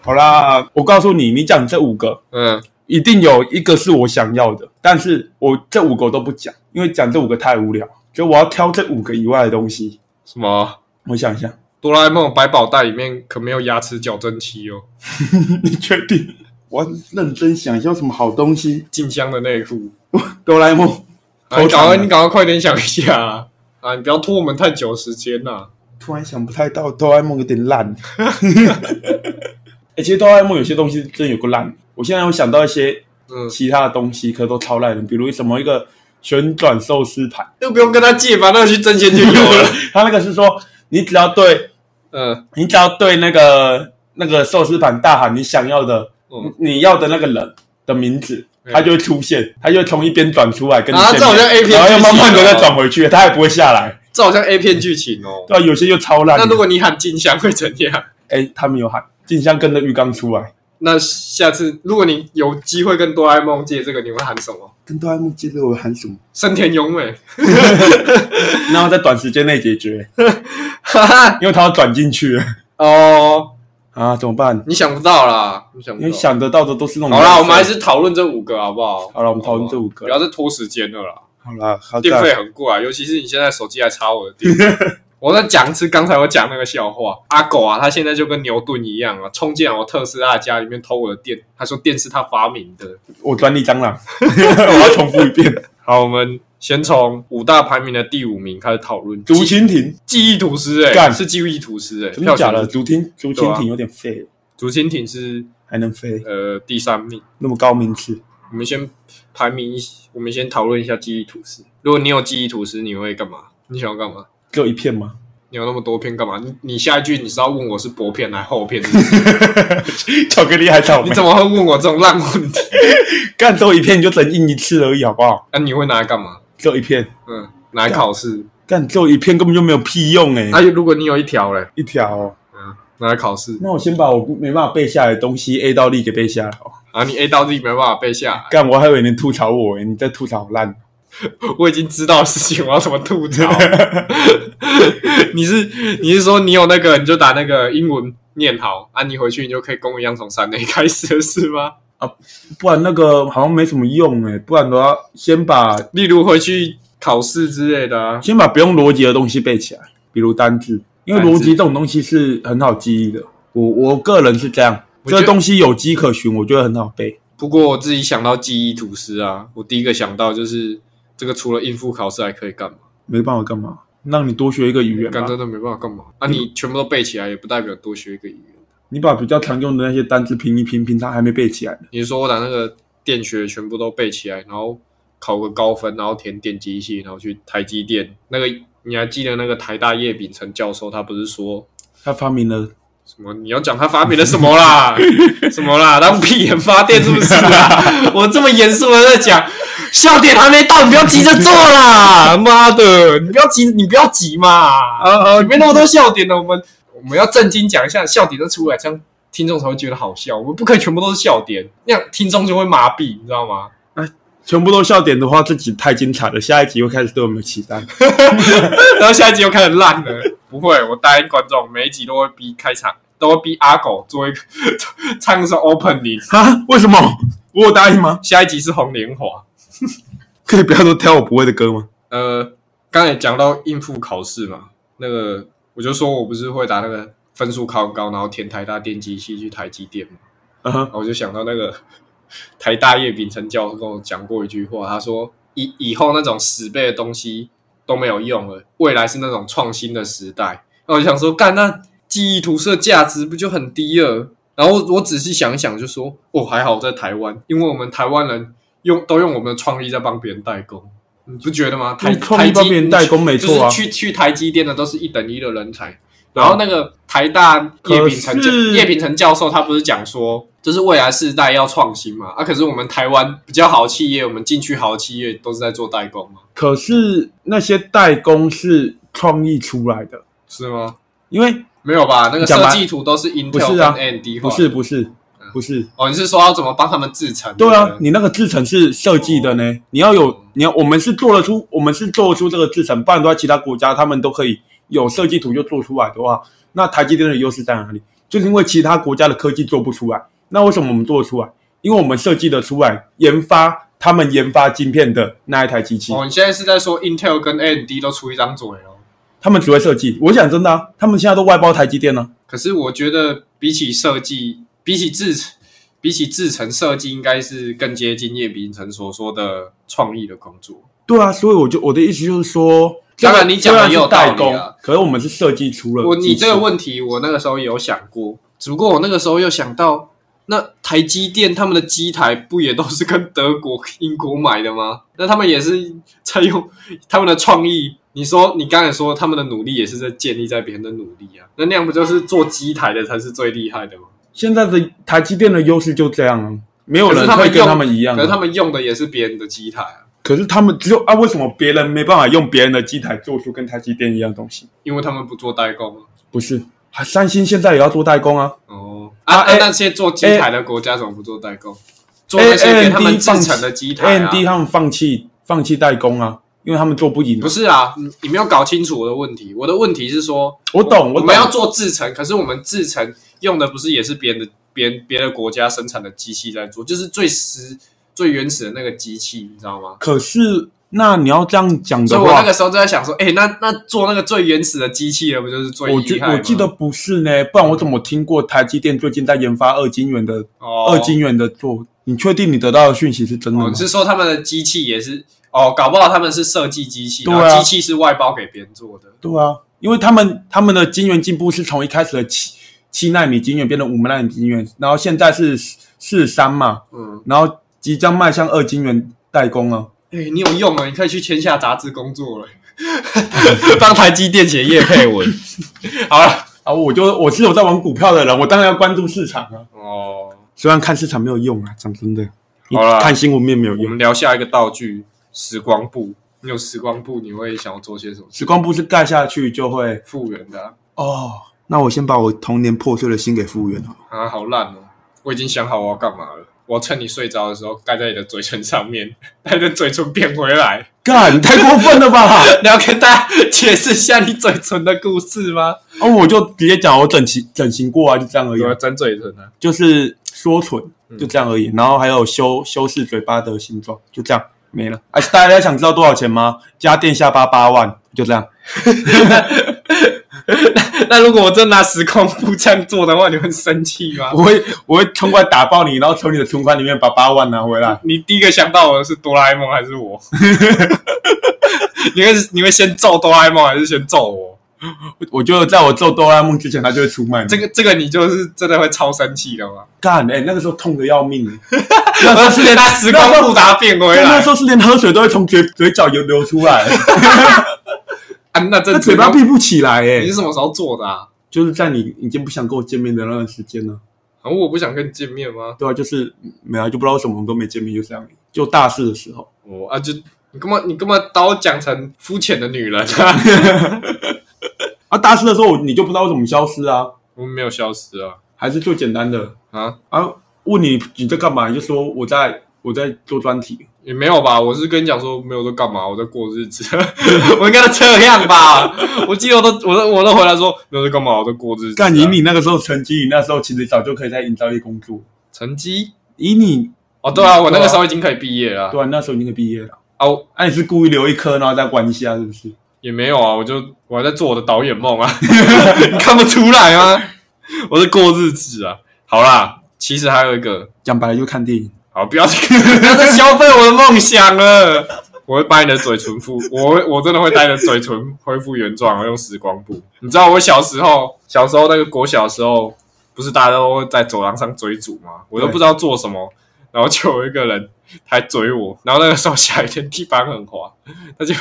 好啦，我告诉你，你讲这五个，
嗯，
一定有一个是我想要的，但是我这五个我都不讲，因为讲这五个太无聊，所以我要挑这五个以外的东西。
什么？
我想一下，
哆啦 A 梦百宝袋里面可没有牙齿矫正器哦，
你确定？我要认真想一下有什么好东西。
静香的内裤。
哆啦 A 梦
啊、你
偷藏
赶
了
快，你赶快快点想一下啊！ 啊你不要拖我们太久时间呐、
突然想不太到，哆啦 A 梦有点烂。 哎、其实哆啦 A 梦有些东西真的有个烂，我现在有想到一些
嗯，
其他的东西，可都超烂的，比如什么一个旋转寿司盘，
又不用跟他借吧，那个去争先就有了。
他那个是说你只要对
嗯
你只要对那个那个寿司盘大喊你想要的，
嗯，
你要的那个人的名字，
嗯
他就会出现，他就会从一边转出来跟你
啊，
见
这好
面，
像 A 片剧情、
然后
哦，
又慢慢的再转回去，他也不会下来。
这好像 A 片剧情哦。
对、啊，有些就超烂的。
那如果你喊静香会怎样？
哎，他们有喊静香跟着浴缸出来，
那下次如果你有机会跟哆啦 A 梦借这个，你会喊什么？
跟哆啦 A 梦接着我喊什么？
森田勇美，
然后在短时间内解决，
哈哈。
因为他要转进去了
哦，
啊，怎么办？
你想不到啦，你想不
因为
到。
想得到的都是那种。
好啦，我们还是讨论这五个好不好？
好啦我们讨论这五个
不要再拖时间了啦。
好啦，好
电费
在
很贵啊，尤其是你现在手机还插我的电。我再讲一次刚才我讲那个笑话，阿狗啊，他现在就跟牛顿一样啊，冲进来我特斯拉家里面偷我的电，他说电是他发明的。
我专利蟑螂， 我要重复一 遍。
好，我们先从五大排名的第五名开始讨论。
竹
记
蜻蜓，
记忆吐司、欸，哎，
干
是记忆吐司、欸，哎，
真的假的？
票选
竹蜻竹
对
蜻
啊
蜓有点废了，
竹蜻蜓是
还能飞，
呃第三名。
那么高名次。
我们先排名一，我们先讨论一下记忆吐司。如果你有记忆吐司，你会干嘛？你想要干嘛？
只有一片吗？
你有那么多片干嘛？你你下一句你是要问我是薄片还是厚片？ 是不是
巧克力还草莓
你，怎么会问我这种烂问题？
干都一片你就只能印一次而已，好不好？
那、你会拿来干嘛？
只有一片，
嗯，拿来考试。
干只有一片根本就没有屁用哎、
那、如果你有一条嘞，
一条、哦。
嗯，拿来考试
那我先把我没办法背下来的东西 A 到力给背下来哦。
啊，你 A 到 D 没办法背下来。
干，我还以为你吐槽我、欸，你在吐槽我烂。
我已经知道的事情，我要怎么吐 槽？你是你是说你有那个你就把那个英文念好啊？你回去你就可以跟我一样从三类开始了是吗？
不然那个好像没什么用哎、不然的话，先把
例如回去考试之类的、啊，
先把不用逻辑的东西背起来，比如单字，因为
单字
逻辑这种东西是很好记忆的。我我个人是这样，
我觉
这
得
个东西有迹可循，我觉得很好背。
不过我自己想到记忆吐司啊，我第一个想到就是这个，除了应付考试还可以干嘛？
没办法干嘛？让你多学一个语言吧
干。真的没办法干嘛？啊，你全部都背起来，也不代表多学一个语言。
你把比较常用的那些单字拼一拼，拼它还没背起来呢。
你是说我把那个电学全部都背起来，然后考个高分，然后填电机系，然后去台积电。那个你还记得那个台大叶秉成教授，他不是说
他发明了，
什么？你要讲他发明了什么 啦？什么啦？当屁眼发电是不是 啦？我这么严肃的在讲，笑点还没到，你不要急着做啦！ 妈的，你不要急，你不要急嘛！啊啊，没那么多笑点的，我们我们要正经讲一下，笑点都出来，这样听众才会觉得好笑。我们不可以全部都是笑点，那样听众就会麻痹，你知道 吗？
全部都笑点的话，这集太精彩了，下一集又开始对我们有期待。
然后下一集又开始烂了。不会，我答应观众，每一集都会逼开场，都会逼阿狗做一个唱一首 opening。
啊？为什么？ 我有答应吗？
下一集是红莲华。
可以不要都挑我不会的歌吗？
呃，刚才讲到应付考试嘛，那个我就说我不是会打那个分数考很高，然后填台大电机系去台积电嘛，
啊哈，
然后我就想到那个 台大叶秉成教授跟我讲过一句话，他说以以后那种死背的东西都没有用了，未来是那种创新的时代。那我就想说，干那记忆涂色价值不就很低了？然后我仔细想一想，就说哦，还好在台湾，因为我们台湾人用都用我们的创意在帮别人代工，你不觉得吗？台
用创
台
意
积
帮别人代工没错啊
就是去去台积电的都是一等一的人才。然后那个台大叶秉成
可是
叶秉成教授，他不是讲说，就是未来世代要创新嘛？啊，可是我们台湾比较好的企业，我们进去好的企业都是在做代工嘛，
可是那些代工是创意出来的，
是吗？
因为
没有吧？那个
讲吧
设计图都是 Intel
不是
跟
啊
AMD 画的
不是不是不是，
哦，你是说要怎么帮他们制成？
对
不
啊，你那个制成是设计的呢，你要
哦
有你要，我们是做得出，我们是做得出这个制成，不然的话，其他国家他们都可以有设计图就做出来的话，那台积电的优势在哪里？就是因为其他国家的科技做不出来，那为什么我们做得出来？因为我们设计的出来，研发他们研发晶片的那一台机器，
哦，你现在是在说 Intel 跟 AMD 都出一张嘴哦？
他们只会设计。我想真的、啊，他们现在都外包台积电呢、啊
可是我觉得比起设计，比起制成，比起制成设计，应该是更接近叶秉成所说的创意的工作。
对啊，所以我就我的意思就是说，
当然你讲的也有
虽然是代
道理
工，
啊
可是我们是设计出了
我你
技术
这个问题，我那个时候也有想过，只不过我那个时候又想到，那台积电他们的机台不也都是跟德国、英国买的吗？那他们也是在用 他们的创意。你说你刚才说他们的努力也是在建立在别人的努力啊，那那样不就是做机台的才是最厉害的吗？
现在的台积电的优势就这样啊，没有
可是
人
他
会
们
跟
用
他们一样啊、
可是他们用的也是别人的机台啊，
可是他们只有啊，为什么别人没办法用别人的机台做出跟台积电一样的东西？
因为他们不做代工啊。
不是，啊三星现在也要做代工啊。
哦，啊，
啊
那
哎
那些做机台的国家怎么不做代工？做那些给
哎 A
他
M
们
D
制
放
成的机台
A M
啊
D 他们放弃放弃代工啊，因为他们做不赢啊。
不是啊，你你没有搞清楚我的问题。我的问题是说，
我懂，
我
懂
们要做制成，可是我们制成用的不是也是别人的别人别的国家生产的机器在做，就是最实最原始的那个机器，你知道吗？
可是那你要这样讲
所以
的
我那
话
个，时候就在想说，哎、那那做那个最原始的机器了，不就是最
我
厉
记
害吗
我记得不是呢，不然我怎么听过台积电最近在研发二晶元的、
哦，
二晶元的做？你确定你得到的讯息是真的
哦，
吗
你？是说他们的机器也是哦，搞不好他们是设计机器，
对
然
啊
后机器是外包给别人做的。
对啊，因为他们他们的晶圆进步是从一开始的七七纳米晶圆变成五纳米晶圆，然后现在是四三嘛，
嗯，
然后即将迈向二晶圆代工啊。
哎、你有用了，你可以去天下杂志工作了，帮台积电写叶配文。好了，
啊，我就我是有在玩股票的人，我当然要关注市场啊。
哦，
虽然看市场没有用啊，讲真的，你
好啦
看新闻面没有
我
用。
们聊下一个道具——时光布。你有时光布，你会想要做些什么？
时光布是盖下去就会
复原的啊，
哦，
那我先把我童年破碎的心给复原了。
啊好烂哦！我已经想好我要干嘛了。我要趁你睡着的时候盖在你的嘴唇上面，把你的嘴唇变回来。
干，太过分了吧！
你要跟大家解释一下你嘴唇的故事吗？
哦，我就直接讲我整形整形过啊，就这样而已啊
有，要整嘴唇啊？
就是缩唇，
嗯
就这样而已。然后还有修修饰嘴巴的形状，就这样没了。而且大家想知道多少钱吗？家电下巴八万，就这样。
那如果我真拿时空布这样做的话，你会生气吗？
我会我会冲过来打爆你，然后从你的存款里面把八万拿回来。
你第一个想到我的是哆啦 A 梦还是我？ 你会你会先揍哆啦 A 梦还是先揍我？
我我觉得在我做哆啦 A 梦之前，他就会出卖你。
这个这个你就是真的会超生气的吗？
干哎、那个时候痛的要 命。那时候是连
拿时光布打变回
那
来
时候是连喝水都会从嘴嘴角流流出 来，
啊！那这
那嘴巴
这
闭不起来哎、
你是什么时候做的啊？
就是在你已经不想跟我见面的那段时间呢、
啊我不想跟你见面吗？
对啊，就是嗯没啊，就不知道为什么我们都没见面，就这样。就大四的时候，
我啊就你干嘛你干嘛把我讲成肤浅的女人啊？
啊，大四的时候你就不知道为什么消失啊，
我没有消失啊
还是最简单的
啊！
啊，问你你在干嘛，你就说我在我在做专题，
也没有吧，我是跟你讲说没有在干嘛，我在过日子， 我应该都这样吧？我记得我都我都我都回来说没有在干嘛，我在过日子、啊。
干以你那个时候成绩，你那时候其实早就可以在营造业工作。
成绩
以你
哦，对啊，我那个时候已经可以毕业了啊
对啊，那时候已经可以毕业了。
啊，我
哎、你是故意留一颗，然后再玩一下，是不是？
也没有啊，我就我还在做我的导演 梦啊，你看不出来吗？我在过日子啊。好啦，其实还有一个，
讲白了就看电影。
好，不要不要再消费我的梦想了。我会把你的嘴唇复，我会我真的会带你的嘴唇恢复原状，我用时光布。你知道我小时候，小时候那个国小的时候，不是大家都会在走廊上追逐吗？我都不知道做什么，然后就有一个人还追我，然后那个时候下雨天地板很滑，他就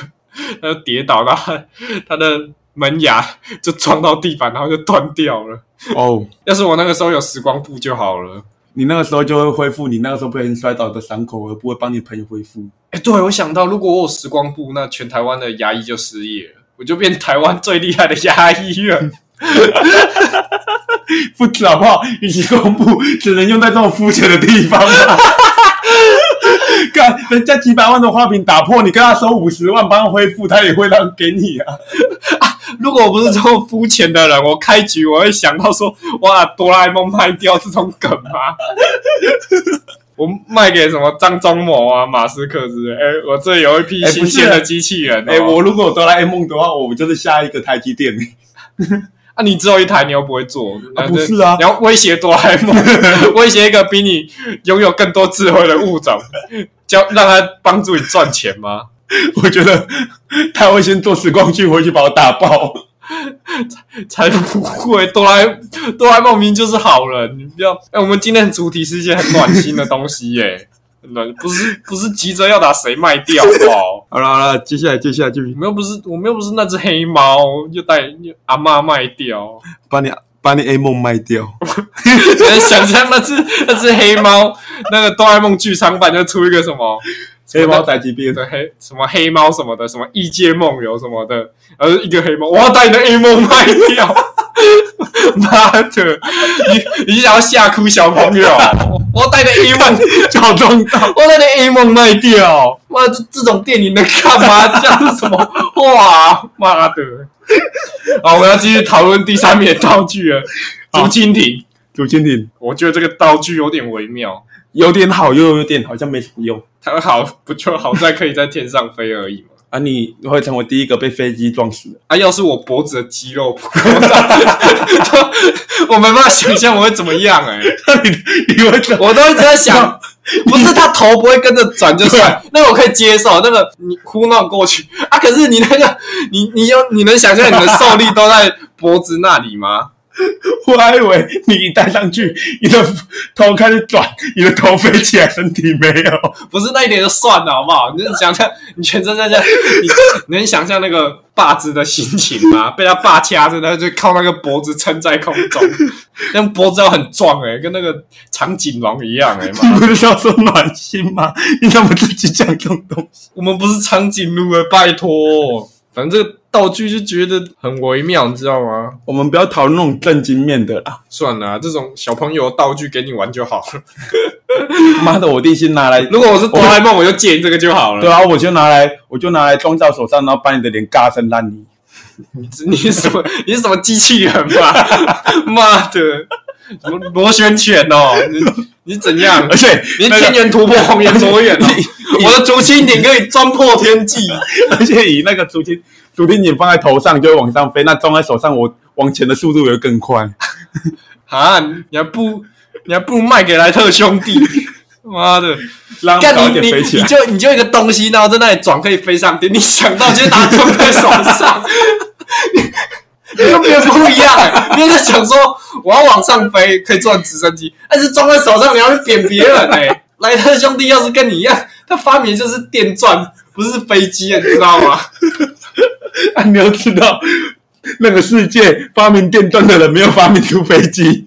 他就跌倒，然后他他的门牙就撞到地板，然后就断掉了。
哦，
要是我那个时候有时光布就好了。
你那个时候就会恢复你那个时候不小心摔倒的伤口，而不会帮你朋友恢复。
哎、对我想到，如果我有时光布，那全台湾的牙医就失业了，我就变台湾最厉害的牙医了。
不止好不好？你时光布只能用在这种肤浅的地方 吧。看人家几百万的花瓶打破，你跟他收五十万帮他恢复，他也会让给你啊。
如果我不是这么肤浅的人，我开局我会想到说，哇，哆啦 A 梦卖掉这种梗吗？ 我卖给什么张忠谋啊、马斯克之类？哎、我这有一批
哎
新
不是
鲜的机器人、哦
哎、我如果有哆啦 A 梦的话，我就是下一个台积电。
啊，你只有一台，你又不会做，
啊不是 啊
你要威胁哆啦 A 梦， 威胁一个比你拥有更多智慧的物种，教让他帮助你赚钱吗？
我觉得他会先做时光机回去把我打爆。
才不会，哆啦 A- 哆啦 A 梦明明就是好人，你不要。哎、我们今天的主题是一些很暖心的东西耶、 很暖不是不是急着要把谁卖掉，好不好？
好了好了，接下来接下来就
我们又不是我们又不是那只黑猫，又带又阿妈卖 掉。
把你把你 A 梦卖掉。
想象那只那只黑猫，那个哆啦 A 梦剧场版就出一个什么
黑猫宅急便，
对黑什么黑猫什么的，什么异界梦游什么的，然后一个黑猫，我要把你的 A 梦卖掉。妈的，你你想要吓哭小朋友？啊我要带你的 A 梦，
叫中到。
我要带你的 A 梦卖掉。哇，这这种电影能干嘛？这样是什么？哇，妈的！好，我们要继续讨论第三名的道具了，
好
竹蜻蜓。
竹蜻蜓
我觉得这个道具有点微妙，
有点好，又有点好像没什么用
它好不就好在可以在天上飞而已嘛。
啊！你会成为第一个被飞机撞死的。
啊，要是我脖子的肌肉不够大， 我没办法想象我会怎么样哎、
那你你会怎么？
我都一直在想，不是他头不会跟着转就算，那个我可以接受，那个你哭闹过去啊，可是你那个你你有你能想象你的受力都在脖子那里吗？
我还以为你一戴上去，你的头开始转，你的头飞起来，身体没有。
不是那一点就算了好不好？你就想象你全身在这，你你能想象那个霸子的心情吗？ 被他霸掐着，他就靠那个脖子撑在空中，那脖子要很壮哎、跟那个长颈龙一样哎、妈的
你不是要说暖心吗？你怎么自己讲这种东西？
我们不是长颈鹿啊，拜托。反正这个道具就觉得很微妙，你知道吗？
我们不要讨论那种正经面的啦。
算了啊、这种小朋友的道具给你玩就好了。
妈的，我弟先拿来，
如果我是哆啦 A 梦，我就借你这个就好了。
对啊，我就拿来，我就拿来装到手上，然后把你的脸嘎成烂泥。
你 你是什么？你是什么机器人吧？ 妈的，什么螺旋犬哦？你你怎 样
而？且
你
那个
天元突破红颜多远哦？ 我的竹蜻蜓可以钻破天际。
而且以那个竹蜻竹蜻蜓放在头上就会往上飞，那装在手上我往前的速度也会更快。
啊！你还不你还不如卖给莱特兄弟， 妈的！
让它
干
早一
你
点
你
飞起
你
来。
就你就一个东西，然后在那里转可以飞上天，你想到就拿装在手 上，你你 跟别人不一样，别人在想说我要往上飞可以坐直升机，但是装在手上你要去扁别人哎、 莱特兄弟要是跟你一样，他发明就是电钻，不是飞机，你知道 吗？
啊，你要知道，那个世界发明电钻的人没有发明出飞机，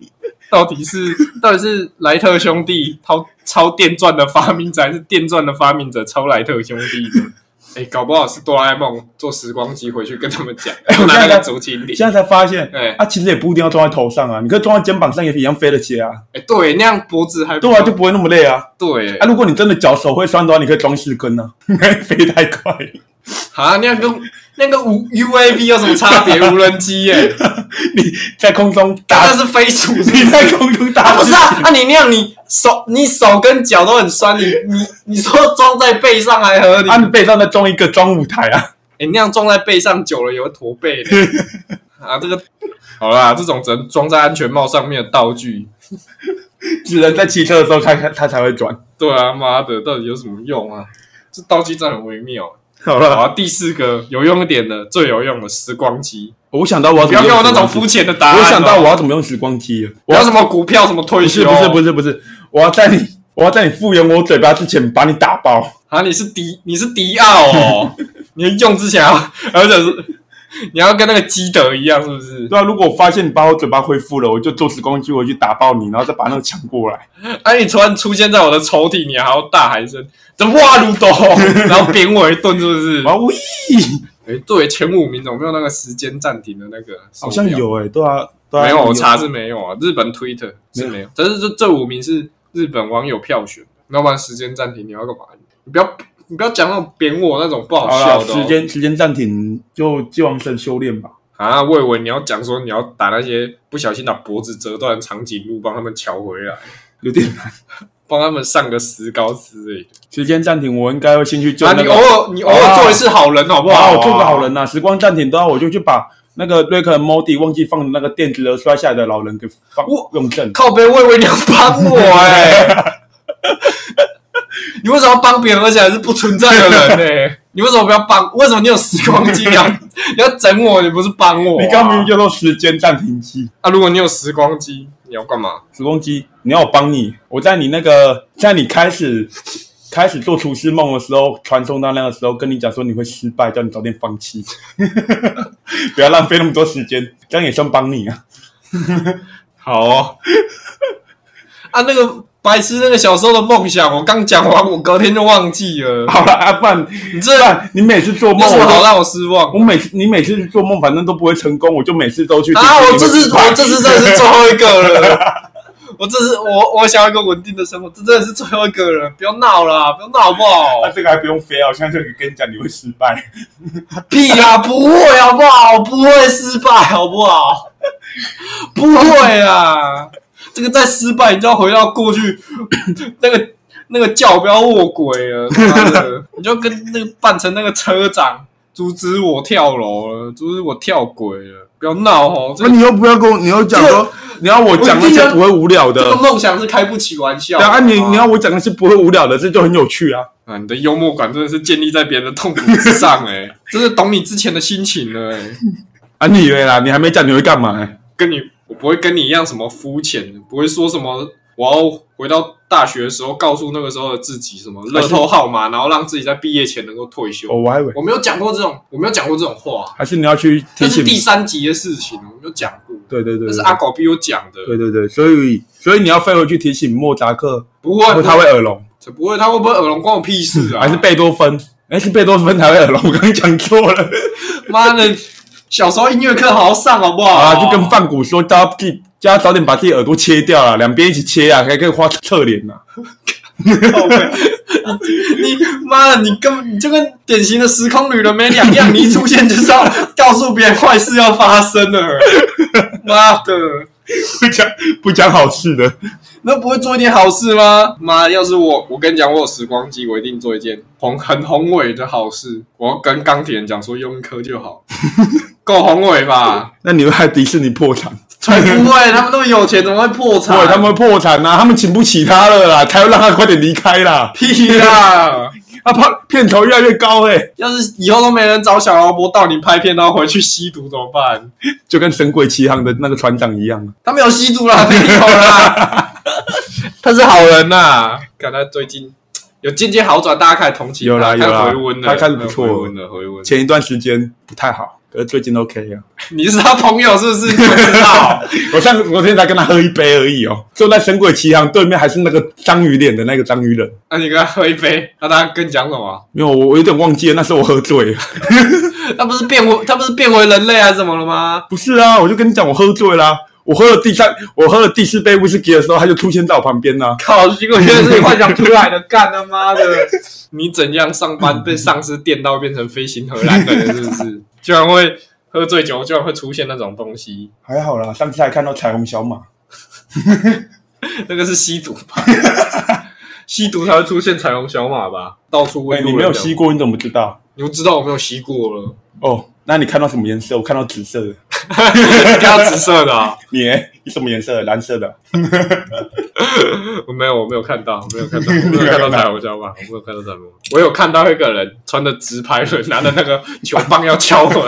到底是到底是莱特 兄弟抄抄电钻的发明者，还是电钻的发明者抄莱特兄弟的？哎、搞不好是哆啦 A 梦坐时光机回去跟他们讲， 要拿那个竹蜻蜓。
现在才发现，
对
啊，其实也不一定要装在头上啊，你可以装在肩膀上也一样飞得起来啊。
哎、对，那样脖子还
对啊，就不会那么累啊。
对
啊，如果你真的脚手会酸的话，你可以装四根啊， 因为飞太快。
啊，那样跟那个无 UAV 有什么差别？无人机耶、
你在空中
打
打
的，是飞鼠是不
你在
是？
空中
啊，
打，
不是啊，啊，你那样你手你手跟脚都很酸，你你你说装在背上还合理？
啊，你背上再装一个装舞台啊。
哎、那样装在背上久了也会驼背的。 啊，这个好啦，这种只能装在安全帽上面的道具。
只能在骑车的时候开开，它才会转。
对啊，妈的，到底有什么用啊？这道具真的很微妙。
好
好
了，
啊，第四个有用一点的，最有用的时光机。
我想到我要
不
怎么
要
用
给我那种
时光
肤
机，啊
浅的答案哦。
我想到我要怎么用时光机了。啊我
我
要
要什么股票什么退
不是
休？
不是不是不是，我要在你我要在你复原我嘴巴之前把你打爆。
啊，你是迪你是迪奥哦，你用之前要，而且是你要跟那个基德一样，是不是？
对啊，如果我发现你把我嘴巴恢复了，我就做时光机我去打爆你，然后再把那个抢过来。
啊，你突然出现在我的抽屉，你还要大喊一声“这哇鲁斗”， 然后扁我一顿，是不是
然？后喂，
哎、对，前五名有没有那个时间暂停的那个？
好像。有哎、对啊，对啊，
没有，我查是没有啊。日本 Twitter 是没有，但是这这五名是日本网友票选，要不然时间暂停你要干嘛？你不要你不要讲那种扁我那种不好
好
笑
了，
的哦、
时间时间暂停，就界王神修炼吧。
啊，我以为你要讲说你要打那些不小心把脖子折断的长颈鹿，帮他们瞧回来，
有点 难。
帮他们上个石膏之类的。
时间暂停，我应该会先去救
啊，
那
你
个。
偶尔你偶尔做一次好人好不好、啊
哇，我做个好人。呐、啊时光暂停的话，我就去把那个瑞克和莫蒂忘记放的那个电子而摔下来的老人给放
我
用正。
靠背，我以为你要帮 我哎、你为什么要帮别人，而且还是不存在的人呢、 你为什么不要帮？为什么你有时光机，你要 你要整我？你不是帮我啊、
你刚明明叫做时间暂停机，
啊！如果你有时光机，你要干嘛？
时光机，你要我帮你，我在你那个在你开始开始做厨师梦的时候，传送到那个时候，跟你讲说你会失败，叫你早点放弃， 不要浪费那么多时间，这样也算帮你啊。
好、哦、 啊，那个白痴，那个小时候的梦想，我刚讲完，我隔天就忘记了。
好了，啊，不然
你
不
这有
然你每次做梦
什么好
我
让我失望
都，我每次你每次做梦反正都不会成功，我就每次都去
啊？我
就
这次
是
我这次真的是最后一个了。 我这是我我想要一个稳定的生活，这真的是最后一个了，不要闹啦，不要闹好不
啊，
好？
这个还不用飞啊！我现在就跟你讲，你会失败。
屁啦，不会好不好？不会失败好不好？不会啊，这个再失败你就要回到过去 那个那个教不要卧轨了，妈的，你就跟那个扮成那个车长阻止我跳楼了，阻止我跳轨了，不要闹哦，这
那
个
你又不要跟我，你又讲说，你要我讲那些不会无聊
这个
的。
梦想是开不起玩笑
对
的。
啊，你
好吗
你要我讲那些不会无聊的，这就很有趣啊。
啊，你的幽默感真的是建立在别人的痛苦之上哎、真是懂你之前的心情了哎、
啊，你以为啦？你还没讲你会干嘛、
跟你，我不会跟你一样什么肤浅，不会说什么我要回到大学的时候告诉那个时候的自己什么乐透号码，然后让自己在毕业前能够退休。
哦，我还以为
我没有讲过这种，我没有讲过这种话，
还是你要去
这
提
是
醒。
第三集的事情，我没有讲过。
对对对
这
对
是阿狗逼我讲的，
对对对，所以所以你要飞回去提醒莫扎克，
不
不
会，
然他会耳聋，
才不会，他会不会耳聋关我屁事 啊？
还是贝多芬？哎，是贝多芬才会耳聋，我刚刚讲错了。
妈的，小时候音乐课好好上好不好？
啊，就跟范谷说，叫他自己叫他早点把自己耳朵切掉了，两边一起切啊，还可以画侧脸啊。
靠背你你妈的，你根本你就跟典型的时空旅人没两样，你一出现就是要告诉别人坏事要发生了，妈的，
不讲不讲好事的。
那不会做一点好事吗？妈，要是我，我跟你讲，我有时光机，我一定做一件宏很宏伟的好事，我要跟钢铁人讲说用一颗就 好，够宏伟吧？
那你会害迪士尼破产？
才不会，他们那么有钱，怎么会破
对
产？，
他们会破产啊，他们请不起他了啦，他要让他快点离开啦。
屁啦！
他怕片酬越来越高哎、
要是以后都没人找小劳勃到你拍片，然后回去吸毒怎么办？
就跟《神鬼奇航》的那个船长一样。
他没有吸 毒啦，没有啦，他是好人呐。看他最近有渐渐好转，大家开始同情他
有啦
开始
有啦
回温了，
他开始不错
回温了，回温了。
前一段时间不太好，可是最近 OK 啊。
你是他朋友是不是？你不知道，
我上我昨天才跟他喝一杯而已哦，就在神鬼奇航对面，还是那个章鱼脸的那个章鱼人。
那你跟他喝一杯，那他跟你讲什么？
没有，我我有点忘记了，那时候我喝醉了。
他不是变回他不是变回人类还是怎么了吗？
不是啊，我就跟你讲，我喝醉啦、我喝了第三，我喝了第四杯威士忌的时候，他就出现在我旁边啦、啊
靠，结果现在是幻想出来的，干他妈 的！你怎样上 班被上司电到变成飞行荷兰人了是不是？居然会喝醉酒，居然会出现那种东西，
还好啦，上次还看到彩虹小马。
那个是吸毒吧？ 吸毒才会出现彩虹小马吧？到处喂、
哎、你没有吸，过，你怎么知道？
你们知道我没有吸过 了？
哦，那你看到什么颜色？我看到紫色的。
你看到紫色的啊、
你你什么颜色？蓝色的。
我没有，我没有看到，我没有看到，我没有看到彩虹小马，我没有看到彩虹。我有看到一个人穿的直排轮，拿着那个球棒要敲我，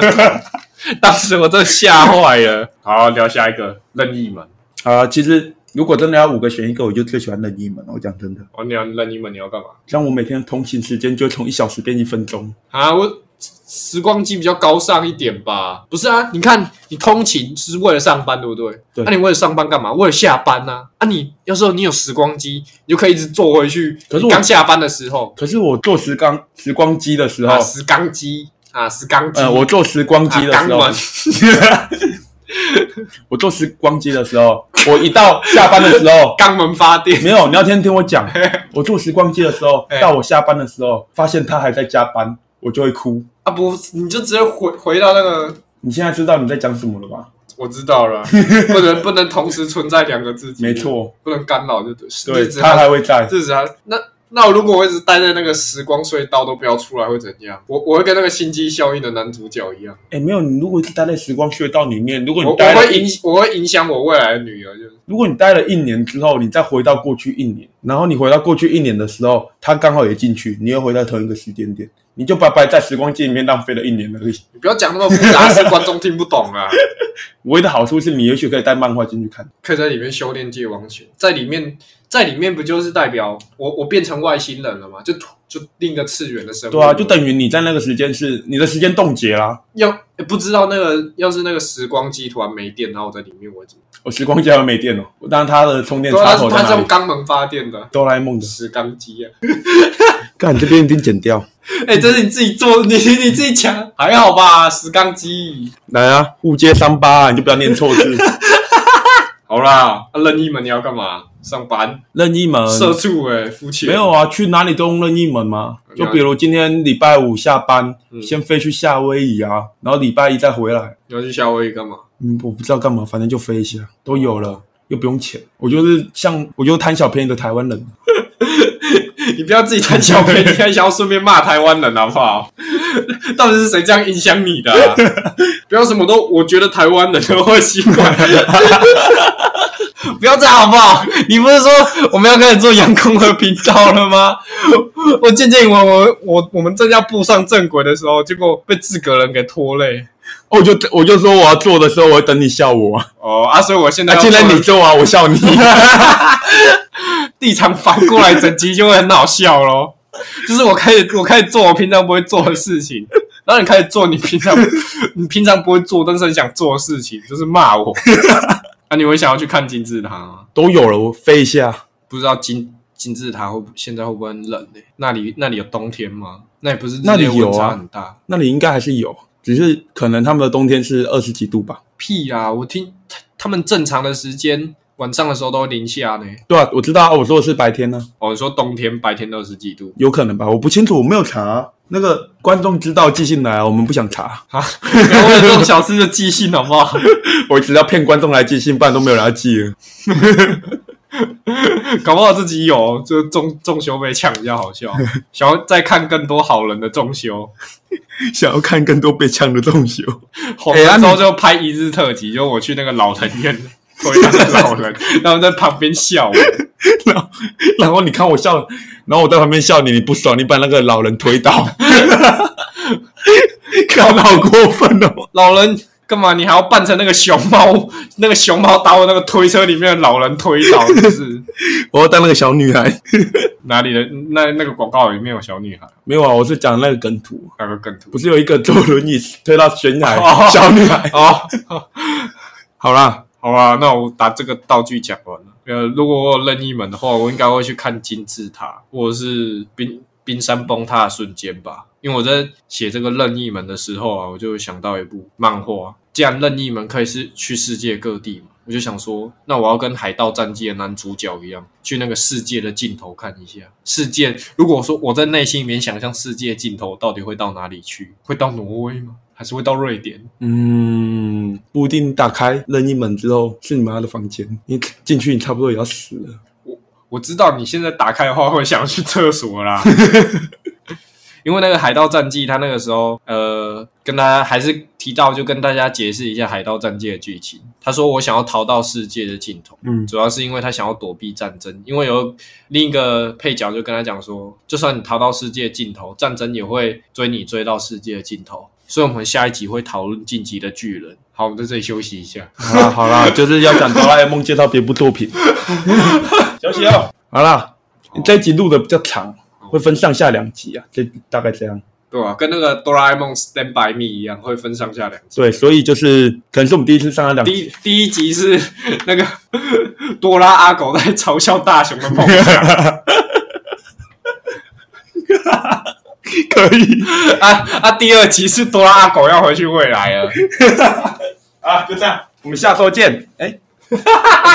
当时我真的吓坏了。好，聊下一个任意门。
啊，其实如果真的要五个选一个，我就最喜欢任意门。我讲真的，
哦，你要任意门，你要干嘛？
像我每天通勤时间就从一小时变一分钟。
啊，我时光机比较高尚一点吧。不是啊，你看你通勤是为了上班，对不对？啊
对
那、你为了上班干嘛？为了下班呐、啊。啊你，要是你有时光机，你就可以一直坐回去。
可是
你
我
刚下班的时候，
可是我坐时光时光机的时候，
啊，时光机啊，时光机，
呃，我坐时光机的
啊
时候，
肛门
我坐时光机的时候，我一到下班的时 候，
肛门发电。
没有，你要先听我 讲。我坐时光机的时候
哎，
到我下班的时候，发现他还在加班，我就会哭。
啊不，你就直接回回到那个，
你现在知道你在讲什么了吧？
我知 道了，不能不能同时存在两个自己，
没，错，
不能干扰就对，
对
日子
他还会在。
日子还那那我如果我一直待在那个时光隧道都不要出来会怎样？我我会跟那个心机效应的男主角一样，
哎，没有，你如果是待在时光隧道里面，如果
我
你
我
待了
会
一，
影我会影响我未来的女儿，就是
如果你待了一年之后，你再回到过去一年，然后你回到过去一年的时候，他刚好也进去，你又回到同一个时间点，你就白白在时光机里面浪费了一年而已。
你不要讲那么复杂，是观众听不 懂啊。
唯一的好处是你也许可以带漫画进去看。
可以在里面修炼界王权，在里面在里面不就是代表我我变成外星人了吗？就就另一个次元的生活，
对啊，就等于你在那个时间是你的时间冻结啦。
要欸不知道那个要是那个时光机突然没电，然后我在里面我会怎么？
我时光机还没电哦，当然它的充电
对啊，
插
它
头
是
在
它是
哪
用
里？
肛门发电的
哆啦 A 梦的，
时光机啊！
干这边一定剪掉。
哎、这是你自己做，你你自己讲还好吧？时光机，
来啊，互接三八、啊，你就不要念错字。
好啦，啊、任意门你要干嘛？上班？
任意门
社畜哎、肤浅。
呃没有啊，去哪里都用任意门嘛。
了解
就比如今天礼拜五下班，
嗯
先飞去夏威夷啊，然后礼拜一再回来。
你要去夏威夷干嘛？
嗯，我不知道干嘛，反正就飞一下，都有了，又不用钱。我就是像我就是贪小便宜的台湾人。
你不要自己贪小 便宜，还想要顺便骂台湾人好不好？到底是谁这样影响你的 啊、不要什么都，我觉得台湾人都会 习惯。不要这样好不好？你不是说我们要开始做阳光的频道了吗？我渐渐以为我我我们正要步上正轨的时候，结果被自个人给拖累。
哦我就我就说我要做的时候，我会等你笑我。
哦啊，所以我现在
啊，
要
现在
做
你做啊，我笑你。
立场反过来，整集就会很好笑咯。就是我开始，我开始做我平常不会做的事情，然后你开始做你平常 你平常不会做，但是很想做的事情，就是骂我。 啊，你会想要去看金字塔吗？
都有了，我飞一下。
不知道金金字塔会不现在会不会很冷呢、那里那里有冬天吗？那也不是日
那里
夜温
有
差
啊
很大。
那里应该还是有，只是可能他们的冬天是二十几度吧。
屁啊！我听他他们正常的时间晚上的时候都会零下呢。
对啊，我知道啊，我说的是白天呢、
哦，你说冬天白天二十几度，
有可能吧，我不清楚，我没有查、啊那个观众知道寄信来啊，我们不想查，
不要为了这种小事的记性好不好？
我只要骗观众来寄信，不然都没有人要寄了。
搞不好自己有，就中中修被呛比较好 笑。想要再看更多好人的中修，
想要看更多被呛的东西哦，
红
哎啊
了
你
之后就拍一日特辑，就我去那个老人院推那个老人， 然后在旁边笑我。
然后然后你看我笑，然后我在旁边笑你，你不爽，你把那个 老人推倒，看好过分哦。
老人干嘛？你还要扮成那个熊猫，那个熊猫打我那个推车里面的老人推倒，是不是
我要当那个小女孩。
哪里的？那那个广告里面有小女孩，
没有啊，我是讲那个梗图，
那个梗图
不。是有一个坐轮椅推到悬崖、
哦
小女孩。
哦，
好啦，
好吧，那我把这个道具讲完了。呃，如果我有任意门的话，我应该会去看金字塔，或者是冰冰山崩塌的瞬间吧。因为我在写这个任意门的时候啊，我就想到一部漫画，既然任意门可以是去世界各地嘛，我就想说，那我要跟《海盗战记》的男主角一样，去那个世界的尽头看一下。世界，如果说我在内心里面想象世界尽头到底会到哪里去，会到挪威吗？还是会到瑞典？
嗯，不一定打开任意门之后是你妈的房间，你进去你差不多也要死了。
我知道你现在打开的话会想去厕所啦，因为那个《海盗战记》，他那个时候呃，跟大家还是提到，就跟大家解释一下《海盗战记》的剧情。他说我想要逃到世界的尽头，
嗯，
主要是因为他想要躲避战争，因为有另一个配角就跟他讲说，就算你逃到世界尽头，战争也会追你追到世界的尽头。所以我们下一集会讨论《晋级的巨人》。好，我们在这里休息一下。
好啦好啦，就是要讲哆啦 A 梦介绍别部作品。
休息哦。
好啦，这一集录的比较长，会分上下两集啊，这大概这样。
对啊，跟那个哆啦 A 梦 Stand by Me 一样，会分上下两集。
对，所以就是可能是我们第一次上下两
第一
集，
第一集是那个 多拉阿狗在嘲笑大雄的梦想
可 以。
啊啊！第二集是多拉阿狗要回去未来了，
啊，就这样，我们下周见。哎、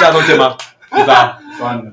下周见吗？不知道，算了。